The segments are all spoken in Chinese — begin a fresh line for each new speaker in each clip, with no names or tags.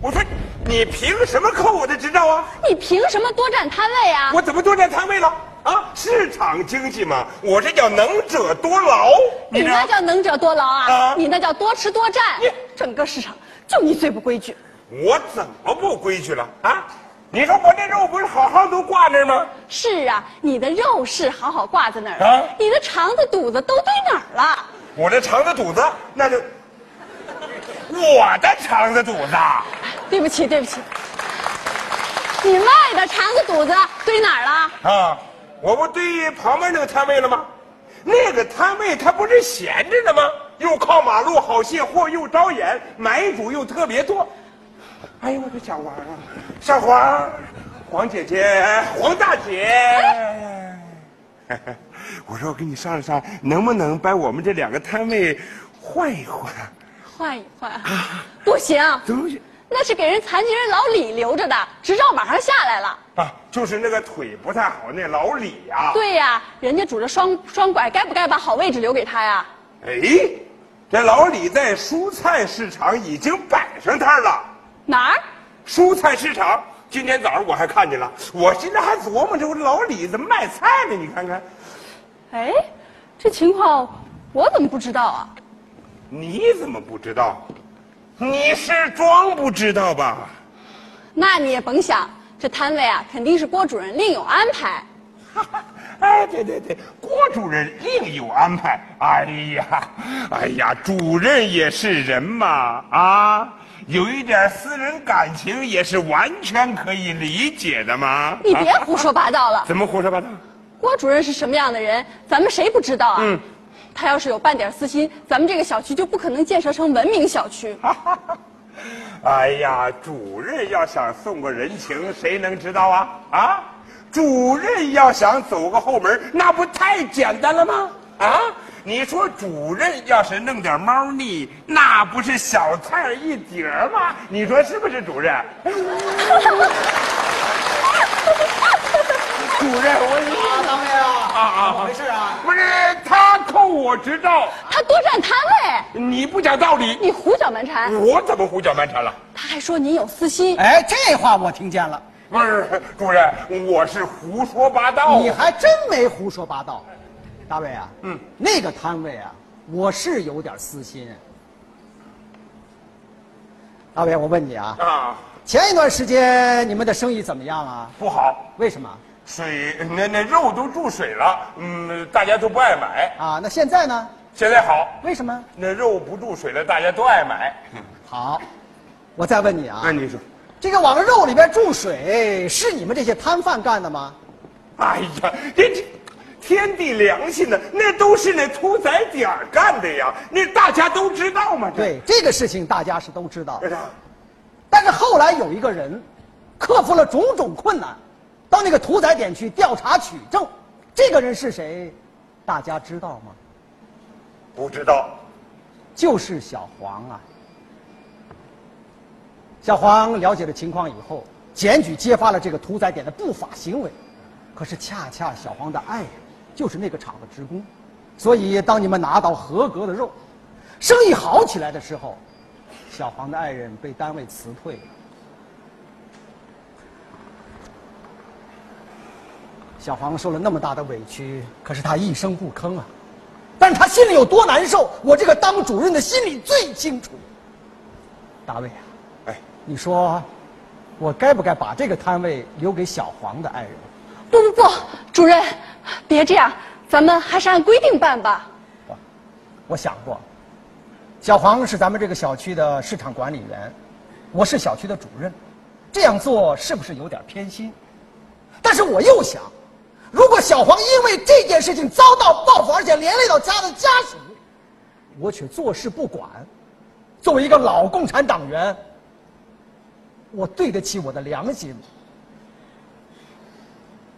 我说你凭什么扣我的执照啊？
你凭什么多占摊位啊？
我怎么多占摊位了？啊，市场经济嘛，我这叫能者多劳，你
你
知
那
道？
叫能者多劳啊！
啊
你那叫多吃多占
你。
整个市场就你最不规矩。
我怎么不规矩了啊？你说我这肉不是好好都挂那儿吗？
是啊，你的肉是好好挂在那儿，
啊
你的肠子、肚子都堆哪儿了？
我这肠子肚子那就，我的肠子肚子啊，
对不起，对不起，你卖的肠子、肚子堆哪儿了？
啊我不对旁边那个摊位了吗？那个摊位它不是闲着呢吗？又靠马路，好卸货，又招眼，买主又特别多。哎呦，我的小王啊，小黄，黄姐姐，黄大姐。我说我跟你商量商量，能不能把我们这两个摊位换一换？
换一换，不行，
怎么不行？
那是给人残疾人老李留着的，执照马上下来了。
啊，就是那个腿不太好那老李啊呀、
对呀、人家拄着双双拐，该不该把好位置留给他呀？
哎，这老李在蔬菜市场已经摆上摊了。
哪儿？
蔬菜市场今天早上我还看见了，我现在还琢磨着我老李怎么卖菜呢？你看看，
哎，这情况我怎么不知道啊？
你怎么不知道？你是装不知道吧？
那你也甭想，这摊位啊，肯定是郭主任另有安排。
哎，对对对，郭主任另有安排。哎呀，哎呀，主任也是人嘛，啊，有一点私人感情也是完全可以理解的嘛。啊
你别胡说八 道了，
怎么胡说八道？
郭主任是什么样的人，咱们谁不知道啊？他要是有半点私心，咱们这个小区就不可能建设成文明小区。
哎呀，主任要想送个人情，谁能知道啊？啊，主任要想走个后门，那不太简单了吗？啊，你说主任要是弄点猫腻，那不是小菜儿一碟儿吗？你说是不是，主任？主任，我
啊，唐妹啊，
啊
怎么回事啊？
不是他扣我执照，
他多占摊位，
你不讲道理，
你胡搅蛮缠。
我怎么胡搅蛮缠了？
他还说你有私心，
哎，这话我听见了，
不是，主任，我是胡说八道。
你还真没胡说八道。大卫啊，哦嗯，那个摊位啊，我是有点私心。大卫，我问你啊，
啊，
前一段时间你们的生意怎么样啊？
不好，
为什么
水那那肉都注水了，嗯，大家都不爱买。
啊？那现在呢？
现在好，
为什么？
那肉不注水了，大家都爱买。
好，我再问你啊，
你说，
这个往肉里边注水是你们这些摊贩干的吗？
哎呀，这这天地良心呐，那都是那屠宰点儿干的呀，那大家都知道嘛。这，
对，这个事情大家是都知道的
这。啥
但是后来有一个人，克服了种种困难，到那个屠宰点去调查取证。这个人是谁？大家知道吗？
不知道。
就是小黄啊。小黄了解了情况以后，检举揭发了这个屠宰点的不法行为。可是恰恰小黄的爱人就是那个厂的职工，所以当你们拿到合格的肉，生意好起来的时候，小黄的爱人被单位辞退了。小黄受了那么大的委屈，可是他一声不吭啊。但是他心里有多难受，我这个当主任的心里最清楚。大卫啊，
哎，
你说，我该不该把这个摊位留给小黄的爱人？
不不不，主任，别这样，咱们还是按规定办吧。
我想过，小黄是咱们这个小区的市场管理员，我是小区的主任，这样做是不是有点偏心？但是我又想，如果小黄因为这件事情遭到报复，而且连累到家的家属，我却坐视不管，作为一个老共产党员，我对得起我的良心吗。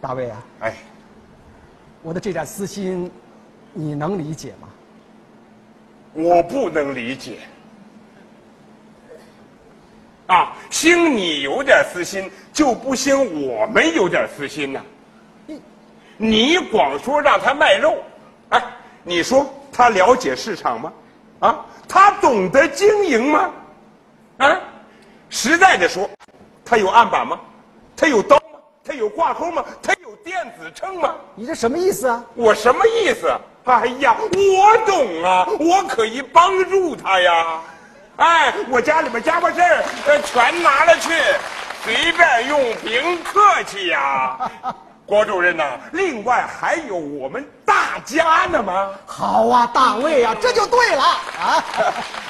大卫啊，
哎，
我的这点私心，你能理解吗？
我不能理解。啊，兴你有点私心，就不兴我们有点私心呐、
你。
你光说让他卖肉，哎，你说他了解市场吗？啊，他懂得经营吗？啊，实在的说，它有案板吗？它有刀吗？它有挂钩吗？它有电子秤吗？
你这什么意思啊？
我什么意思？哎呀，我懂啊，我可以帮助他呀。哎，我家里边家伙事儿，呃，全拿了去，随便用，别客气呀。郭主任呐、另外还有我们大家呢吗？
好啊，大卫啊，这就对了啊！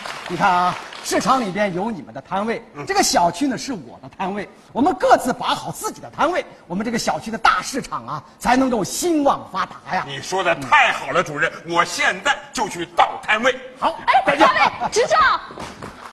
你看啊，市场里边有你们的摊位，这个小区呢是我的摊位，我们各自把好自己的摊位，我们这个小区的大市场啊才能够兴旺发达呀。
你说的太好了，主任，我现在就去倒摊位。
哎
好，
哎，大卫，执照。